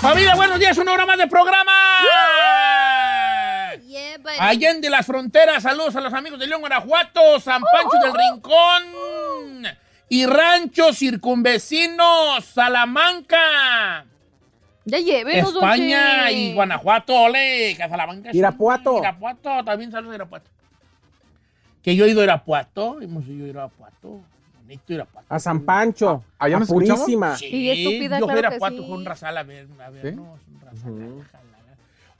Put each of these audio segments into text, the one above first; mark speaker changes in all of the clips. Speaker 1: Familia, buenos días, una hora más de programa.
Speaker 2: Yeah, buddy.
Speaker 1: Allende las fronteras, saludos a los amigos de León, Guanajuato, San Pancho del Rincón y ranchos circunvecinos, Salamanca,
Speaker 2: Ya llévenos, don
Speaker 1: España
Speaker 2: Che.
Speaker 1: y Guanajuato, ole, que a Salamanca. sí.
Speaker 3: Irapuato.
Speaker 1: Irapuato, también saludos a Irapuato. Que yo he ido a Irapuato, hemos ido a Irapuato, bonito Irapuato.
Speaker 3: A San Pancho.
Speaker 1: Ah,
Speaker 4: ¿Allá
Speaker 3: a
Speaker 4: nos escuchamos?
Speaker 3: Purísima.
Speaker 1: Sí,
Speaker 2: Y estúpida,
Speaker 1: yo fui a
Speaker 2: claro que
Speaker 1: Irapuato
Speaker 2: sí.
Speaker 1: con un rasal a ver, a ver,
Speaker 4: ¿Sí?
Speaker 1: no, es un rasal, jala.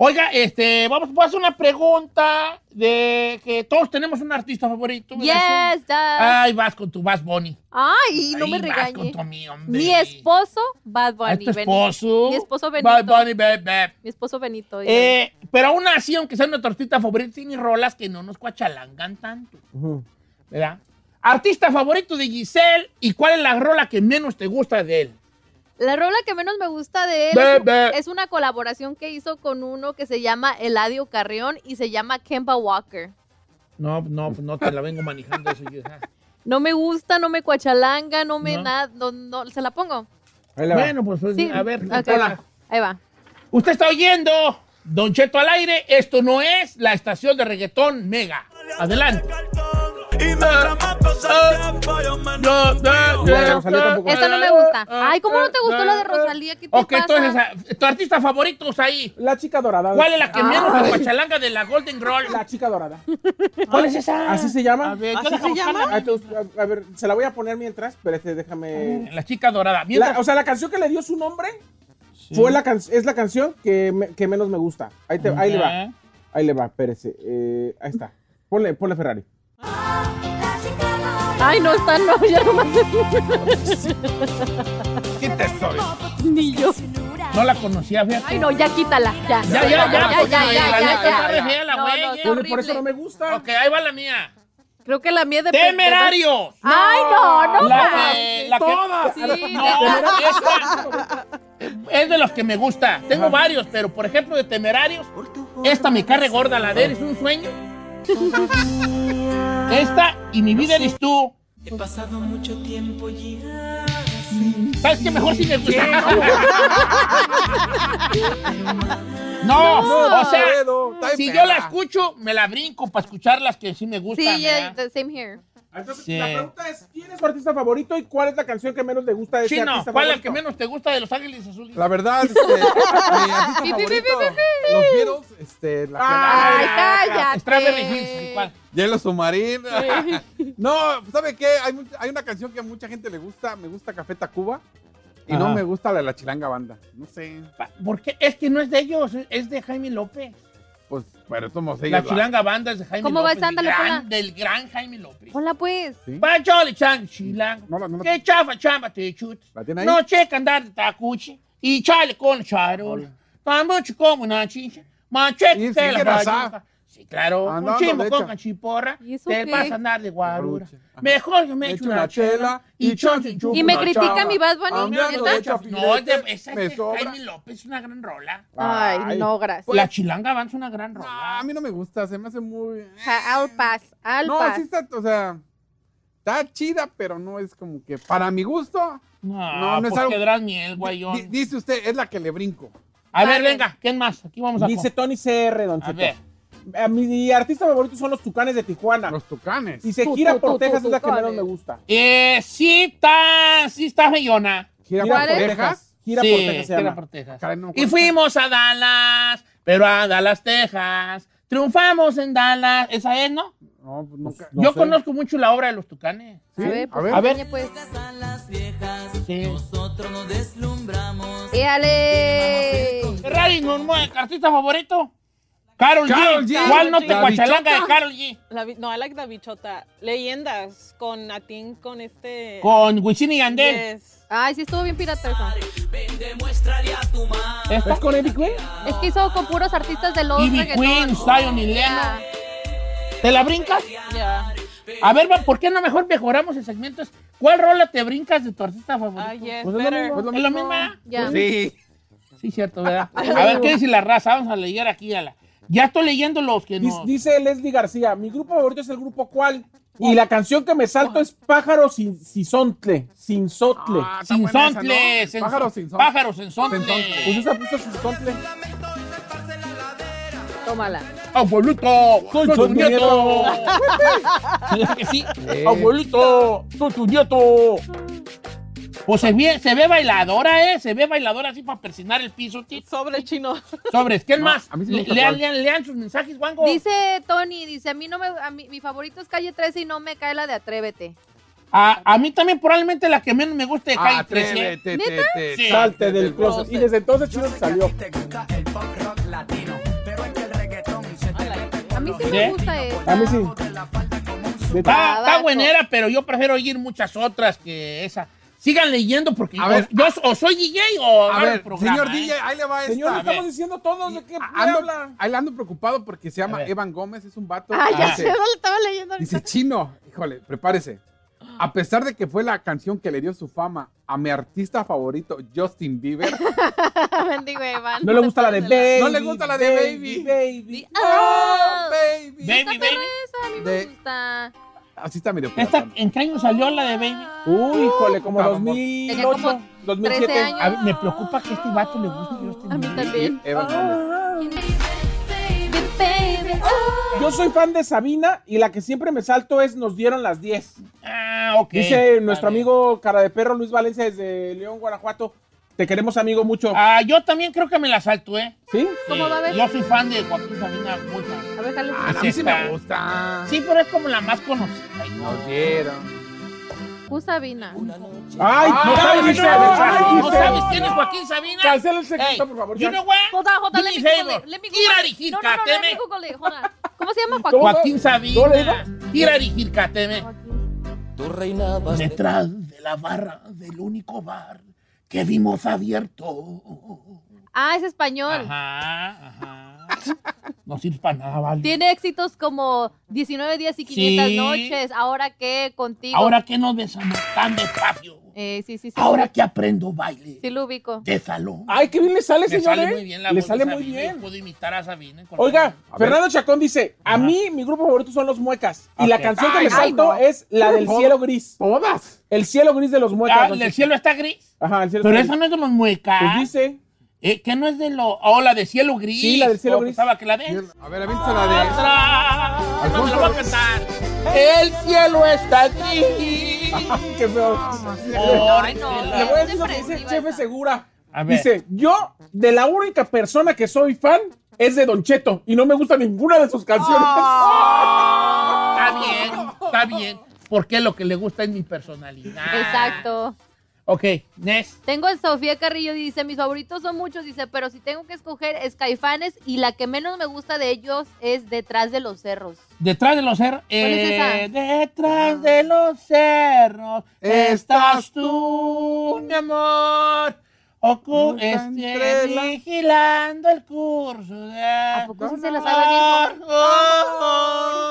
Speaker 1: Oiga, este, vamos, voy a hacer una pregunta de que todos tenemos un artista favorito. ¿verdad?
Speaker 2: Yes, dad.
Speaker 1: Ay, vas con tu Vas Bunny.
Speaker 2: Ay, no
Speaker 1: Ay,
Speaker 2: me
Speaker 1: Ah, vas
Speaker 2: regañe.
Speaker 1: con tu mi, hombre.
Speaker 2: Mi esposo, Bad Bunny.
Speaker 1: Ah, es tu
Speaker 2: Beni-
Speaker 1: esposo.
Speaker 2: Mi esposo
Speaker 1: Bad
Speaker 2: Benito.
Speaker 1: Bunny, beb, beb.
Speaker 2: Mi esposo Benito. y-
Speaker 1: Eh, pero aún así, aunque sea nuestra artista favorita, tiene rolas que no nos cuachalangan tanto,
Speaker 3: Ujú.
Speaker 1: ¿verdad? Artista favorito de Giselle y cuál es la rola que menos te gusta de él.
Speaker 2: La rola que menos me gusta de él
Speaker 1: Ve,
Speaker 2: es, un-
Speaker 1: ve.
Speaker 2: es una colaboración que hizo con uno que se llama Eladio Carrión y se llama Kemba Walker.
Speaker 1: No, no, pues no te la vengo manejando eso. yo, ah.
Speaker 2: No me gusta, no me cuachalanga, no me
Speaker 1: No.
Speaker 2: nada, no, no, se la pongo.
Speaker 3: Ahí le va.
Speaker 1: Bueno, pues
Speaker 2: Sí.
Speaker 1: a ver.
Speaker 2: Ok,
Speaker 1: hola.
Speaker 2: Ahí va.
Speaker 1: Usted está oyendo Don Cheto al aire. Esto no es la estación de reggaetón mega. Adelante.
Speaker 5: Y
Speaker 1: Ah,
Speaker 5: mientras más pasa el tiempo, yo me
Speaker 3: la de Rosalía tampoco.
Speaker 2: Esta no me gusta. Ay, ¿cómo no te gustó la de Rosalía? ¿Qué te
Speaker 1: Ok,
Speaker 2: pasa?
Speaker 1: entonces, ah, tu artista favorito es ahí.
Speaker 3: La chica dorada.
Speaker 1: ¿Cuál es la
Speaker 2: Ah.
Speaker 1: que menos
Speaker 3: Ay,
Speaker 1: la guachalanga de la Golden Girl?
Speaker 3: La chica dorada.
Speaker 1: ¿Cuál es esa?
Speaker 3: ¿Así se llama?
Speaker 1: A ver, yo
Speaker 6: ¿Así
Speaker 1: déjame
Speaker 6: se llama?
Speaker 1: buscarla.
Speaker 3: Ay, tú, a- a ver, se la voy a poner mientras. Espérate, déjame.
Speaker 1: La chica dorada. Ah, Mientras-
Speaker 3: La- o sea, la canción que le dio su nombre fue la can- es la canción que, me- que menos me gusta. Ahí, te- ahí le
Speaker 1: Eh.
Speaker 3: va. Ahí le va, espérese. Eh, ahí está. Ponle, ponle Ferrari.
Speaker 2: Ay, no, esta no, ya no más.
Speaker 4: ¿Quién te soy?
Speaker 2: Ni yo.
Speaker 1: No la conocía, fíjate.
Speaker 2: Ay, no, ya quítala. Ya,
Speaker 1: Ya, ya, ya,
Speaker 2: ya,
Speaker 1: porque
Speaker 2: ya, ya,
Speaker 1: la
Speaker 2: ya,
Speaker 1: neta está re fea la
Speaker 2: No,
Speaker 1: güey,
Speaker 2: no,
Speaker 1: eh.
Speaker 2: está
Speaker 3: Ponle, por eso no
Speaker 2: horrible.
Speaker 3: me gusta.
Speaker 1: Ok, ahí va la mía.
Speaker 2: Creo que la mía de
Speaker 1: ¡Temerario!
Speaker 2: Ay, no, no
Speaker 1: La
Speaker 2: más.
Speaker 1: que, la que-
Speaker 2: Sí,
Speaker 1: No,
Speaker 2: neta.
Speaker 1: esta es de los que me gusta. Tengo varios, pero por ejemplo de temerarios, esta me carre gorda, la de eres un sueño. Esta y mi vida eres tú.
Speaker 5: He pasado mucho tiempo ya.
Speaker 1: ¿Sabes qué? Mejor si me gusta. No, o sea,
Speaker 4: Alfredo, está
Speaker 1: si
Speaker 4: perra.
Speaker 1: yo la escucho, me la brinco para escuchar las que sí me gustan.
Speaker 2: Sí, yeah,
Speaker 1: ¿verdad?
Speaker 2: the same here.
Speaker 3: Entonces,
Speaker 1: Sí.
Speaker 3: La pregunta es: ¿quién es su artista favorito y cuál es la canción que menos le gusta de ese
Speaker 1: Chino,
Speaker 3: artista
Speaker 1: ¿cuál es la
Speaker 3: favorito?
Speaker 1: que menos te gusta de Los Ángeles Azules?
Speaker 4: La verdad, este, mi artista
Speaker 2: Pi, pi, pi,
Speaker 4: favorito,
Speaker 2: pi, pi, pi.
Speaker 4: los Beatles, este, la
Speaker 3: Ah.
Speaker 2: Ay, cállate.
Speaker 1: Strawberry Hills, ¿cuál?
Speaker 4: Hielo Submarino. no, ¿sabe qué? Hay, mucha- hay una canción que a mucha gente le gusta, me gusta Café Tacuba, y no
Speaker 1: Ajá.
Speaker 4: me gusta la de la Chilanga Banda. No sé,
Speaker 1: Pa- Porque es que no es de ellos, es de Jaime López.
Speaker 4: pues, pero somos ellos.
Speaker 1: la chilanga banda es de Jaime
Speaker 2: ¿Cómo va?
Speaker 1: López.
Speaker 2: Ándale,
Speaker 1: del,
Speaker 2: ponla.
Speaker 1: gran, del gran Jaime López.
Speaker 2: Hola, pues.
Speaker 1: Va, chole, chan, chilanga.
Speaker 4: No la- no la-
Speaker 1: Qué chafa, chamba, te chut.
Speaker 4: ¿La tiene ahí?
Speaker 1: No checa andar de tacuche y chale con charol. Tan mucho como una chicha.
Speaker 4: Y
Speaker 1: Manchete
Speaker 4: si
Speaker 1: te la
Speaker 4: quieras,
Speaker 1: rayuca. Sí, claro.
Speaker 4: Andando
Speaker 1: un chimbo
Speaker 4: de
Speaker 1: con
Speaker 4: hecho.
Speaker 1: cachiporra.
Speaker 2: ¿Y eso
Speaker 1: Te
Speaker 2: qué?
Speaker 1: vas a andar de guarura.
Speaker 4: Ruche. Ajá.
Speaker 1: Mejor yo me echo una chela y chon
Speaker 4: chon-
Speaker 1: chupo
Speaker 2: Y me
Speaker 1: una
Speaker 2: critica
Speaker 1: chava.
Speaker 2: mi Bad Bunny,
Speaker 4: Cambiando
Speaker 2: ¿neta?
Speaker 4: de chafilete,
Speaker 1: No, es de- esa
Speaker 4: me
Speaker 1: es de
Speaker 4: sobra. Pues-
Speaker 1: Jaime López, es una gran rola.
Speaker 2: Ay,
Speaker 3: Ay.
Speaker 2: no, gracias.
Speaker 1: La chilanga avanza una gran
Speaker 4: No,
Speaker 1: rola.
Speaker 4: a mí no me gusta, se me hace muy...
Speaker 2: Ja, Al pass, al
Speaker 4: No,
Speaker 2: pass.
Speaker 4: sí está, o sea, está chida, pero no es como que para mi gusto.
Speaker 1: No,
Speaker 4: no
Speaker 1: no
Speaker 4: es
Speaker 1: pues
Speaker 4: algo-
Speaker 1: quedarás miel, guayón.
Speaker 4: di- dice usted, es la que le brinco.
Speaker 1: A ver,
Speaker 2: Vale.
Speaker 1: venga, ¿quién más? Aquí vamos a
Speaker 3: Dice Tony CR, don
Speaker 1: A
Speaker 3: Cheto.
Speaker 1: ver.
Speaker 3: Eh, Mi artista favorito son los Tucanes de Tijuana.
Speaker 4: Los tucanes.
Speaker 3: Y se
Speaker 2: Tu,
Speaker 3: gira
Speaker 2: tu,
Speaker 3: por
Speaker 2: tu,
Speaker 3: Texas
Speaker 2: tu,
Speaker 3: es la que
Speaker 2: Tucanes.
Speaker 3: menos me gusta.
Speaker 1: Eh, sí está, sí está Feyona.
Speaker 4: Gira
Speaker 3: Gira
Speaker 4: por
Speaker 3: por
Speaker 2: ¿Cuál es?
Speaker 4: Texas.
Speaker 3: Gira
Speaker 1: sí,
Speaker 3: por Texas se
Speaker 1: gira
Speaker 3: llama.
Speaker 1: por Texas.
Speaker 4: Caray, no me
Speaker 1: y
Speaker 4: acuerdo.
Speaker 1: fuimos a Dallas, pero a Dallas, Texas. Triunfamos en Dallas. Esa es, ¿no?
Speaker 4: No, pues nunca.
Speaker 1: Yo
Speaker 3: sé.
Speaker 1: conozco mucho la obra de los tucanes.
Speaker 2: A ver,
Speaker 4: A
Speaker 2: pues,
Speaker 4: ver.
Speaker 1: A ver.
Speaker 2: enseña, pues.
Speaker 5: A las viejas,
Speaker 1: Sí.
Speaker 5: nosotros nos deslumbramos.
Speaker 2: Éale.
Speaker 1: Ferrari, ¿no? ¿no? ¿Artista favorito? Carol G.
Speaker 4: Karol G.
Speaker 1: ¿Cuál no te
Speaker 6: La
Speaker 1: cuachalanga
Speaker 6: bichota.
Speaker 1: de Carol G?
Speaker 6: La bi- no, I like the bichota. Leyendas con Natín, con este.
Speaker 1: Con Wisin y Yandel.
Speaker 6: Yes.
Speaker 2: Ay, sí, estuvo bien pirata esa.
Speaker 1: Esta.
Speaker 3: ¿Es con Epic Queen?
Speaker 2: Es que hizo con puros artistas de los
Speaker 1: Ivy Queen, Zion y Lennon. ¿Te la brincas?
Speaker 6: Ya.
Speaker 1: A ver, va, ¿por qué no mejor mejoramos el segmento? ¿Cuál rola te brincas de tu artista favorito?
Speaker 6: Ah, yes,
Speaker 3: Pues es lo
Speaker 6: better.
Speaker 3: mismo.
Speaker 1: ¿Es la misma?
Speaker 2: pues, Ya.
Speaker 4: Sí.
Speaker 1: Sí, cierto, ¿verdad? A ver, ¿qué dice la raza? Vamos a leer aquí a la... Ya estoy leyendo los que
Speaker 3: Dis-
Speaker 1: no...
Speaker 3: Dice Leslie García, mi grupo favorito es el grupo cuál. Y la canción que me salto es Pájaro sin Sisontle. Sin Sotle.
Speaker 4: Ah, está
Speaker 1: Sin
Speaker 4: buena esa,
Speaker 1: sontle,
Speaker 4: ¿no? Pájaros sin son.
Speaker 1: Pájaros sin sontle.
Speaker 3: Pues esa puso sin Sontle.
Speaker 2: Tómala.
Speaker 1: Abuelito, Oh, soy
Speaker 3: Soy
Speaker 1: tu
Speaker 3: tu
Speaker 1: nieto. ¿Verdad que sí? Abuelito, soy tu nieto. Pues se ve, se ve bailadora, ¿eh? Se ve bailadora así para persinar el piso, tío.
Speaker 6: Sobre chino.
Speaker 1: Sobres, ¿quién
Speaker 4: No,
Speaker 1: más?
Speaker 4: a mí sí me
Speaker 1: Le-
Speaker 4: gusta
Speaker 1: lean,
Speaker 4: cuál.
Speaker 1: lean, lean sus mensajes, Wango.
Speaker 2: Dice Tony, dice, a mí no me, a mí- mi favorito es Calle 13 y no me cae la de Atrévete.
Speaker 1: A, a mí también probablemente la que menos me gusta de Calle 13. ¿eh?
Speaker 4: Atrévete, Ah, te-
Speaker 2: ¿Neta?
Speaker 4: te-
Speaker 1: Sí.
Speaker 3: Salte del closet.
Speaker 6: closet.
Speaker 3: Y desde entonces Chino se salió.
Speaker 2: A mí sí
Speaker 1: ¿Sí?
Speaker 2: me gusta esa.
Speaker 3: A mí sí. De-
Speaker 1: Ah, Está,
Speaker 2: Abajo.
Speaker 1: está buenera, pero yo prefiero oír muchas otras que esa. Sigan leyendo porque
Speaker 4: A
Speaker 1: yo,
Speaker 4: ver.
Speaker 1: yo o soy DJ o
Speaker 4: A
Speaker 1: hago el
Speaker 4: ver,
Speaker 1: programa,
Speaker 4: señor
Speaker 1: ¿eh?
Speaker 4: DJ, ahí le va esta.
Speaker 3: Señor,
Speaker 4: A ver.
Speaker 3: estamos diciendo todos de qué
Speaker 4: A-
Speaker 3: me
Speaker 4: ando,
Speaker 3: habla.
Speaker 4: ahí ando preocupado porque se
Speaker 1: A
Speaker 4: llama
Speaker 1: ver.
Speaker 4: Evan Gómez, es un vato.
Speaker 2: Ah, ya
Speaker 1: Ah,
Speaker 2: sé,
Speaker 4: Dice-
Speaker 2: lo estaba leyendo ahorita.
Speaker 4: Dice Chino, híjole, prepárese. A pesar de que fue la canción que le dio su fama a mi artista favorito, Justin Bieber, Oh,
Speaker 2: Mendigo Evan.
Speaker 3: No le gusta la de Baby.
Speaker 4: No le gusta la de Baby.
Speaker 3: Baby.
Speaker 4: ¡Oh,
Speaker 2: Ah,
Speaker 4: baby!
Speaker 1: Baby, baby.
Speaker 2: esa a mí me
Speaker 4: De-
Speaker 2: gusta.
Speaker 4: Así está medio
Speaker 1: Esta,
Speaker 4: pirata.
Speaker 1: ¿En qué año salió la de Baby?
Speaker 3: Uy, híjole, como
Speaker 4: Puta,
Speaker 3: 2008,
Speaker 2: Tenía como 13 años.
Speaker 3: 2007.
Speaker 1: A ver, me preocupa que este vato le guste Justin
Speaker 2: A mí
Speaker 1: Bieber.
Speaker 2: también.
Speaker 4: Evan
Speaker 1: Ah,
Speaker 4: Gómez.
Speaker 2: Oh.
Speaker 3: Yo soy fan de Sabina y la que siempre me salto es Nos dieron las 10.
Speaker 1: Ah, ok.
Speaker 3: Dice nuestro
Speaker 1: Está bien.
Speaker 3: amigo cara de perro Luis Valencia desde León, Guanajuato. Te queremos, amigo, mucho.
Speaker 1: Ah, yo también creo que me la salto, ¿eh?
Speaker 3: ¿Sí?
Speaker 2: ¿Cómo va a ver?
Speaker 1: Yo soy fan de Joaquín Sabina, muy fan.
Speaker 2: A ver, jalo.
Speaker 4: Ah, no, a mí sí me gusta.
Speaker 1: pues Sí, pero es como la más conocida. y no-
Speaker 4: Nos dieron.
Speaker 2: Q Sabina.
Speaker 3: ¡Ay,
Speaker 4: Ah,
Speaker 3: no sabes,
Speaker 4: no,
Speaker 3: Giselle!
Speaker 4: no,
Speaker 3: ¡Ay,
Speaker 1: ¿No
Speaker 3: Giselle!
Speaker 1: sabes quién es Joaquín Sabina?
Speaker 3: Cancela el segmento,
Speaker 1: Hey,
Speaker 3: por favor.
Speaker 1: You
Speaker 3: ya.
Speaker 1: know what?
Speaker 2: Hold on, hold on,
Speaker 1: Do
Speaker 2: let
Speaker 1: me
Speaker 2: me
Speaker 1: a favor.
Speaker 2: Google it. Let me Google it.
Speaker 1: Tira,
Speaker 2: No, no, no, let
Speaker 1: Jircateme.
Speaker 2: me Google it. Hold on. ¿Cómo se llama
Speaker 3: ¿Cómo?
Speaker 2: Joaquín?
Speaker 1: Joaquín
Speaker 3: ¿Cómo le digo?
Speaker 1: Sabina. Tira y jircateme.
Speaker 2: Joaquín.
Speaker 1: Detrás de la barra del único bar que vimos abierto.
Speaker 2: Ah, es español.
Speaker 1: Ajá, ajá. No sirve para nada, vale.
Speaker 2: Tiene éxitos como 19 días y 500
Speaker 1: Sí.
Speaker 2: noches. Ahora que contigo.
Speaker 1: Ahora que nos besamos tan despacio.
Speaker 2: Eh, sí, sí, sí.
Speaker 1: Ahora que aprendo baile
Speaker 2: Sí lo ubico.
Speaker 1: de salón.
Speaker 3: ¡Ay, qué bien le sale,
Speaker 1: Me
Speaker 3: señor!
Speaker 1: sale
Speaker 3: eh.
Speaker 1: muy bien la
Speaker 3: Ah, le
Speaker 1: voz de
Speaker 3: sale muy
Speaker 1: Sabina y
Speaker 3: bien.
Speaker 1: Puedo imitar a Sabina. con-
Speaker 3: Oiga,
Speaker 4: ver.
Speaker 3: Fernando Chacón dice, a
Speaker 1: Ajá.
Speaker 3: mí mi grupo favorito son los muecas. Y la
Speaker 1: Ok.
Speaker 3: canción que
Speaker 4: Ay,
Speaker 3: me
Speaker 4: no.
Speaker 3: salto es la del
Speaker 4: Todo.
Speaker 3: cielo gris.
Speaker 4: ¡Todas!
Speaker 3: El cielo gris de los muecas.
Speaker 1: Ah,
Speaker 3: don
Speaker 1: el
Speaker 3: Chico.
Speaker 1: cielo está gris.
Speaker 3: Ajá, el cielo
Speaker 1: Pero
Speaker 3: gris.
Speaker 1: esa no es de los muecas.
Speaker 3: Pues dice,
Speaker 1: Eh, que no es de lo. Oh, la de cielo gris.
Speaker 3: Sí, la del cielo
Speaker 1: Oh,
Speaker 3: gris.
Speaker 1: Pensaba que la de.
Speaker 4: A ver, avíntate la de.
Speaker 1: Atrás. No me lo voy a cantar. El cielo está gris.
Speaker 3: qué feo.
Speaker 4: Ah,
Speaker 1: Porque
Speaker 2: no,
Speaker 1: la-
Speaker 3: Le voy a decir lo que
Speaker 2: Depresiva
Speaker 3: dice Chefe
Speaker 2: esa.
Speaker 3: Segura.
Speaker 1: A ver.
Speaker 3: Dice, yo de la única persona que soy fan es de Don Cheto y no me gusta ninguna de sus canciones.
Speaker 2: Ah,
Speaker 1: Está bien, está bien. Porque lo que le gusta es mi personalidad.
Speaker 2: Exacto.
Speaker 1: Ok, Ness.
Speaker 2: Tengo a Sofía Carrillo y dice, mis favoritos son muchos, dice, pero si tengo que escoger es Caifanes y la que menos me gusta de ellos es Detrás de los Cerros.
Speaker 1: Detrás de los cerros.
Speaker 2: es
Speaker 1: eh,
Speaker 2: esa?
Speaker 1: Detrás de los cerros estás
Speaker 4: Estás
Speaker 1: tú, mi amor. Ocu-
Speaker 4: Nunca
Speaker 1: este,
Speaker 4: entre la-
Speaker 1: vigilando el curso de.
Speaker 2: ¿A poco sí se la sabe bien?
Speaker 1: Oh, oh,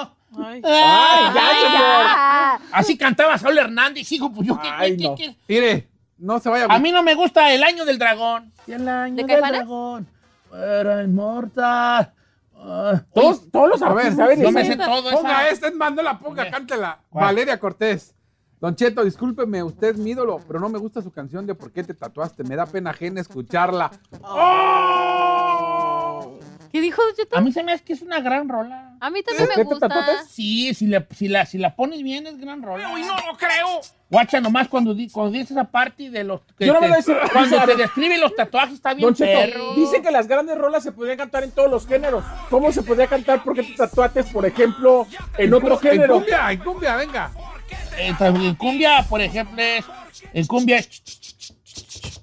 Speaker 1: oh.
Speaker 6: Ay.
Speaker 1: Ay,
Speaker 3: ya,
Speaker 1: ay, ya.
Speaker 2: ya.
Speaker 1: Así cantaba Saúl Hernández, hijo, pues yo qué,
Speaker 3: Ay,
Speaker 1: qué,
Speaker 3: no.
Speaker 1: qué, qué.
Speaker 4: Mire, no se vaya
Speaker 1: A mí no me gusta el año del dragón. Y el año
Speaker 2: ¿De Caifanes?
Speaker 1: dragón era inmortal. Ah, oye,
Speaker 3: Todos, todos los
Speaker 4: A ver,
Speaker 3: artistas saben
Speaker 1: yo
Speaker 3: eso.
Speaker 1: me sé todo
Speaker 4: Ponga
Speaker 1: esa.
Speaker 4: esta, es más, no la ponga,
Speaker 1: Ok.
Speaker 4: cántela.
Speaker 1: ¿Cuál?
Speaker 4: Valeria Cortés. Don Cheto, discúlpeme, usted es mi ídolo, pero no me gusta su canción de por qué te tatuaste. Me da pena ajena escucharla. ¡Oh!
Speaker 2: ¿Qué dijo Don Cheto?
Speaker 1: A mí se me hace que es una gran rola.
Speaker 2: A mí también me
Speaker 3: ¿Neta,
Speaker 2: gusta. Pues
Speaker 3: tatotes?
Speaker 1: Sí, si, le- si, la, si la pones bien es gran rola.
Speaker 5: no lo creo.
Speaker 1: Guacha, nomás cuando, di- cuando dices esa parte de los... que
Speaker 3: Yo no me
Speaker 1: te-
Speaker 3: voy a decir-
Speaker 1: Cuando
Speaker 3: dice, a
Speaker 1: te
Speaker 3: ver.
Speaker 1: describen los tatuajes está bien
Speaker 3: Don
Speaker 1: perro.
Speaker 3: Cheto, dice que las grandes rolas se podían cantar en todos los géneros. ¿Cómo se podía cantar por qué te tatuates, por ejemplo, en otro
Speaker 4: En
Speaker 3: género?
Speaker 4: cumbia, en cumbia, venga.
Speaker 1: En, en cumbia, por ejemplo, es... En cumbia es...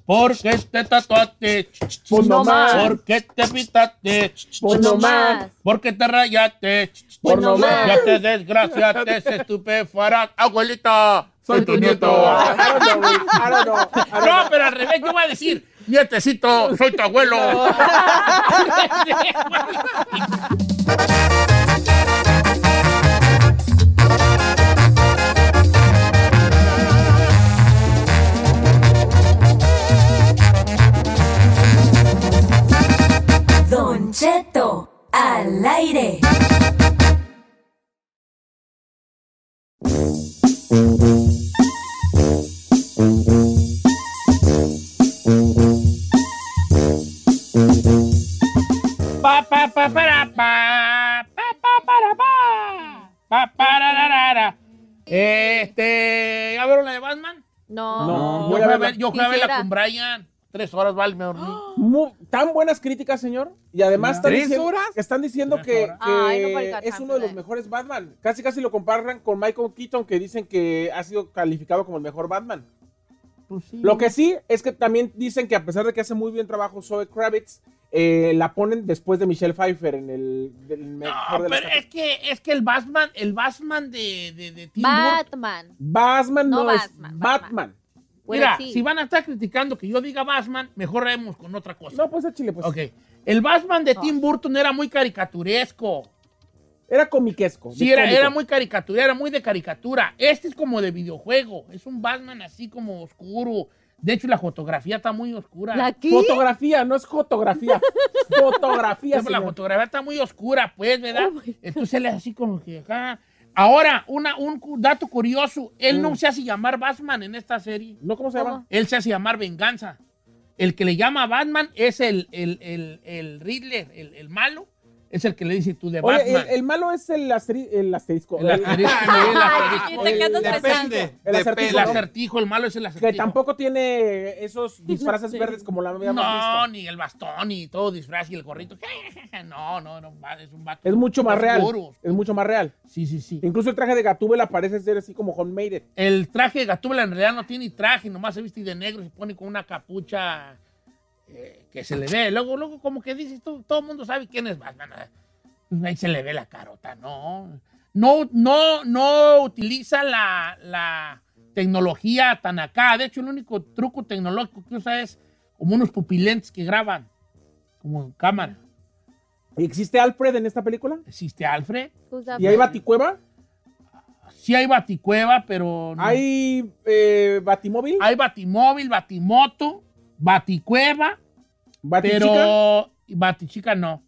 Speaker 1: ¿Por qué te tatuaste?
Speaker 3: Pues no más.
Speaker 1: ¿Por qué te pintaste?
Speaker 3: Pues no más.
Speaker 1: ¿Por qué te rayaste?
Speaker 3: Pues no más.
Speaker 1: Ya te desgraciaste, se estupefarás. Abuelita, soy tu nieto.
Speaker 3: Ah, I don't know, güey. I don't know. I don't know.
Speaker 1: No, pero al revés, yo voy a decir, nietecito, soy tu abuelo.
Speaker 7: Don Cheto al aire.
Speaker 1: Pa, pa, pa, para, pa, pa, pa, para, pa, pa, para, ra, ra, ra. Este, ¿ya vieron la de Batman?
Speaker 2: No.
Speaker 1: Yo
Speaker 3: No,
Speaker 1: fui
Speaker 3: voy a
Speaker 1: a
Speaker 3: verla.
Speaker 1: ver, Oh. yo fui a verla
Speaker 2: Quisiera.
Speaker 1: con Brian. Tres horas, vale, me dormí.
Speaker 3: Mu- tan buenas críticas, señor. Y además están
Speaker 4: ¿Tres
Speaker 3: diciendo,
Speaker 4: horas?
Speaker 3: que están diciendo
Speaker 1: Tres
Speaker 3: que,
Speaker 1: horas.
Speaker 3: que
Speaker 2: Ay, nobody got
Speaker 3: es
Speaker 2: time
Speaker 3: uno
Speaker 2: for
Speaker 3: de los
Speaker 2: that.
Speaker 3: mejores Batman. Casi casi lo comparan con Michael Keaton, que dicen que ha sido calificado como el mejor Batman.
Speaker 2: Pues
Speaker 3: Lo que sí es que también dicen que a pesar de que hace muy bien trabajo Zoe Kravitz, eh, la ponen después de Michelle Pfeiffer en el del mejor
Speaker 1: No,
Speaker 3: de las
Speaker 1: pero es que, es que el Batman, el Batman de, de, de Tim Burton-
Speaker 2: Batman.
Speaker 3: Batman no,
Speaker 2: No
Speaker 3: es
Speaker 2: Batman,
Speaker 3: Batman.
Speaker 2: Bueno,
Speaker 1: Mira,
Speaker 2: pues sí.
Speaker 1: si van a estar criticando que yo diga Batman, mejor haremos con otra cosa.
Speaker 3: No, pues échale, pues.
Speaker 1: Ok. El Batman de
Speaker 2: No.
Speaker 1: Tim Burton era muy caricaturesco.
Speaker 3: Era comiquesco.
Speaker 1: Sí,
Speaker 3: de
Speaker 1: era,
Speaker 3: cómico.
Speaker 1: era muy caricatura, era muy de caricatura. Este es como de videojuego. Es un Batman así como oscuro. De hecho, la fotografía está muy oscura.
Speaker 2: ¿La qué?
Speaker 3: Fotografía, no es fotografía. fotografía,
Speaker 1: Pues la
Speaker 3: señor.
Speaker 1: fotografía está muy oscura, pues, ¿verdad?
Speaker 2: Oh, my God.
Speaker 1: Entonces él es así como que acá. Ahora, una, un cu- dato curioso. Él
Speaker 3: Mm.
Speaker 1: no se hace llamar Batman en esta serie.
Speaker 3: ¿No cómo se llama?
Speaker 1: Él se hace llamar Venganza. El que le llama Batman es el, el, el, el Riddler, el, el malo. Es el que le dice tú de
Speaker 3: Oye,
Speaker 1: Batman.
Speaker 3: el, el malo es el, asteri- el asterisco.
Speaker 1: El asterisco, el asterisco.
Speaker 6: Ay, ¿qué
Speaker 3: El-
Speaker 6: andas
Speaker 4: Depende.
Speaker 6: pensando?
Speaker 3: El
Speaker 4: depende.
Speaker 1: El acertijo, el malo es el acertijo.
Speaker 3: Que tampoco tiene esos disfraces verdes como la habíamos
Speaker 1: No,
Speaker 3: visto.
Speaker 1: ni el bastón, ni todo disfraz y el gorrito. No, no, no, va- es un vato.
Speaker 3: Es mucho más real.
Speaker 1: oscuro.
Speaker 3: Es mucho más real.
Speaker 1: Sí, sí, sí.
Speaker 3: Incluso el traje de Gatúbela parece ser así como homemade.
Speaker 1: El traje de Gatúbela en realidad no tiene traje, nomás se viste de negro, se pone con una capucha eh, que se le ve. Luego, luego, como que dices, tú, todo el mundo sabe quién es Batman. ah, Ahí se le ve la carota, no. No, no, no utiliza la, la tecnología tan acá. De hecho, el único truco tecnológico que usa es como unos pupilentes que graban, como en cámara.
Speaker 3: ¿Existe Alfred en esta película?
Speaker 1: Existe Alfred.
Speaker 2: Who's that
Speaker 3: ¿Y hay
Speaker 2: man?
Speaker 3: Baticueva?
Speaker 1: Sí hay Baticueva, pero... no-
Speaker 3: ¿Hay eh, Batimóvil?
Speaker 1: hay Batimóvil, Batimoto, Baticueva.
Speaker 3: ¿Batichica?
Speaker 1: Pero. Batichica no.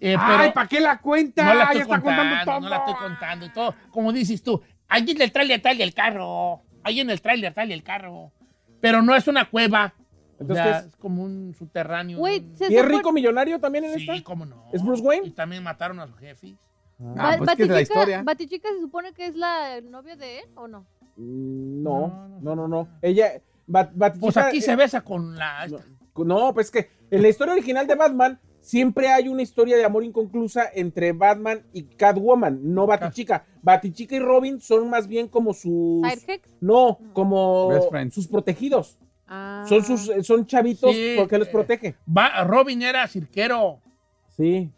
Speaker 1: Eh,
Speaker 4: Ay,
Speaker 1: pero
Speaker 4: ¿para qué la cuenta?
Speaker 1: no la estoy
Speaker 4: ya está contando
Speaker 1: contando,
Speaker 4: todo.
Speaker 1: no la estoy contando. y todo. Como dices tú, allí en el trailer trae el carro. Allí en el trailer trae el carro. Pero no es una cueva.
Speaker 3: Entonces,
Speaker 1: o sea,
Speaker 3: ¿qué es?
Speaker 1: es como un subterráneo.
Speaker 2: Wait, se
Speaker 3: ¿Y es
Speaker 2: supone-
Speaker 3: rico millonario también en
Speaker 1: Sí,
Speaker 3: esta?
Speaker 1: cómo no.
Speaker 3: ¿Es Bruce Wayne?
Speaker 1: Y también mataron a su jefe.
Speaker 4: Ah,
Speaker 2: Ba-
Speaker 4: pues es que es la
Speaker 2: Batichica-
Speaker 4: historia.
Speaker 2: Batichica se supone que es la novia de él o no?
Speaker 3: Mm, No,
Speaker 1: No,
Speaker 3: no, no, no. Ella. Bat- Batichica,
Speaker 1: Pues aquí
Speaker 3: eh,
Speaker 1: se besa con la.
Speaker 3: No, No, pues que en la historia original de Batman siempre hay una historia de amor inconclusa entre Batman y Catwoman, no Batichica. Batichica y Robin son más bien como sus
Speaker 2: ¿Sidekick?
Speaker 3: no, como
Speaker 4: Best friends.
Speaker 3: sus protegidos.
Speaker 2: Ah.
Speaker 3: Son sus eh, son chavitos
Speaker 1: Sí,
Speaker 3: porque los
Speaker 1: eh.
Speaker 3: protege.
Speaker 1: Va- Robin era cirquero.
Speaker 3: Sí.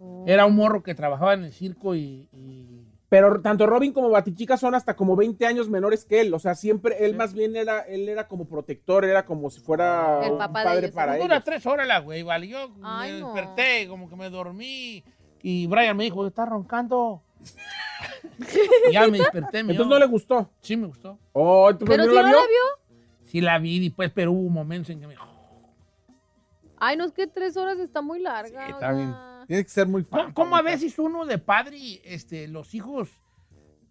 Speaker 2: Oh.
Speaker 1: Era un morro que trabajaba en el circo y- y
Speaker 3: Pero tanto Robin como Batichica son hasta como 20 años menores que él, o sea, siempre él más bien era él era como protector, era como si fuera
Speaker 2: El
Speaker 3: un
Speaker 2: papá de
Speaker 3: padre
Speaker 2: ellos.
Speaker 3: para
Speaker 1: Como
Speaker 3: él.
Speaker 1: Dura tres horas la güey, vale. Yo
Speaker 2: Ay,
Speaker 1: me
Speaker 2: no.
Speaker 1: desperté, como que me dormí. Y Brian me dijo, está roncando. Y ya me desperté. me
Speaker 3: Entonces no le gustó.
Speaker 1: Sí, me gustó.
Speaker 3: Oh,
Speaker 4: pues
Speaker 3: ¿tú
Speaker 2: Pero
Speaker 3: no
Speaker 2: si
Speaker 3: la
Speaker 2: no
Speaker 3: vio?
Speaker 2: la vio.
Speaker 1: Sí la vi después, pero hubo momentos en que me
Speaker 3: Ah,
Speaker 1: dijo,
Speaker 2: Ay, no, es que tres horas está muy larga.
Speaker 4: Sí, está bien.
Speaker 2: oiga.
Speaker 4: Tiene que ser muy
Speaker 1: Ah. ¿cómo,
Speaker 4: fan.
Speaker 1: cómo a veces uno de padre, este, los hijos,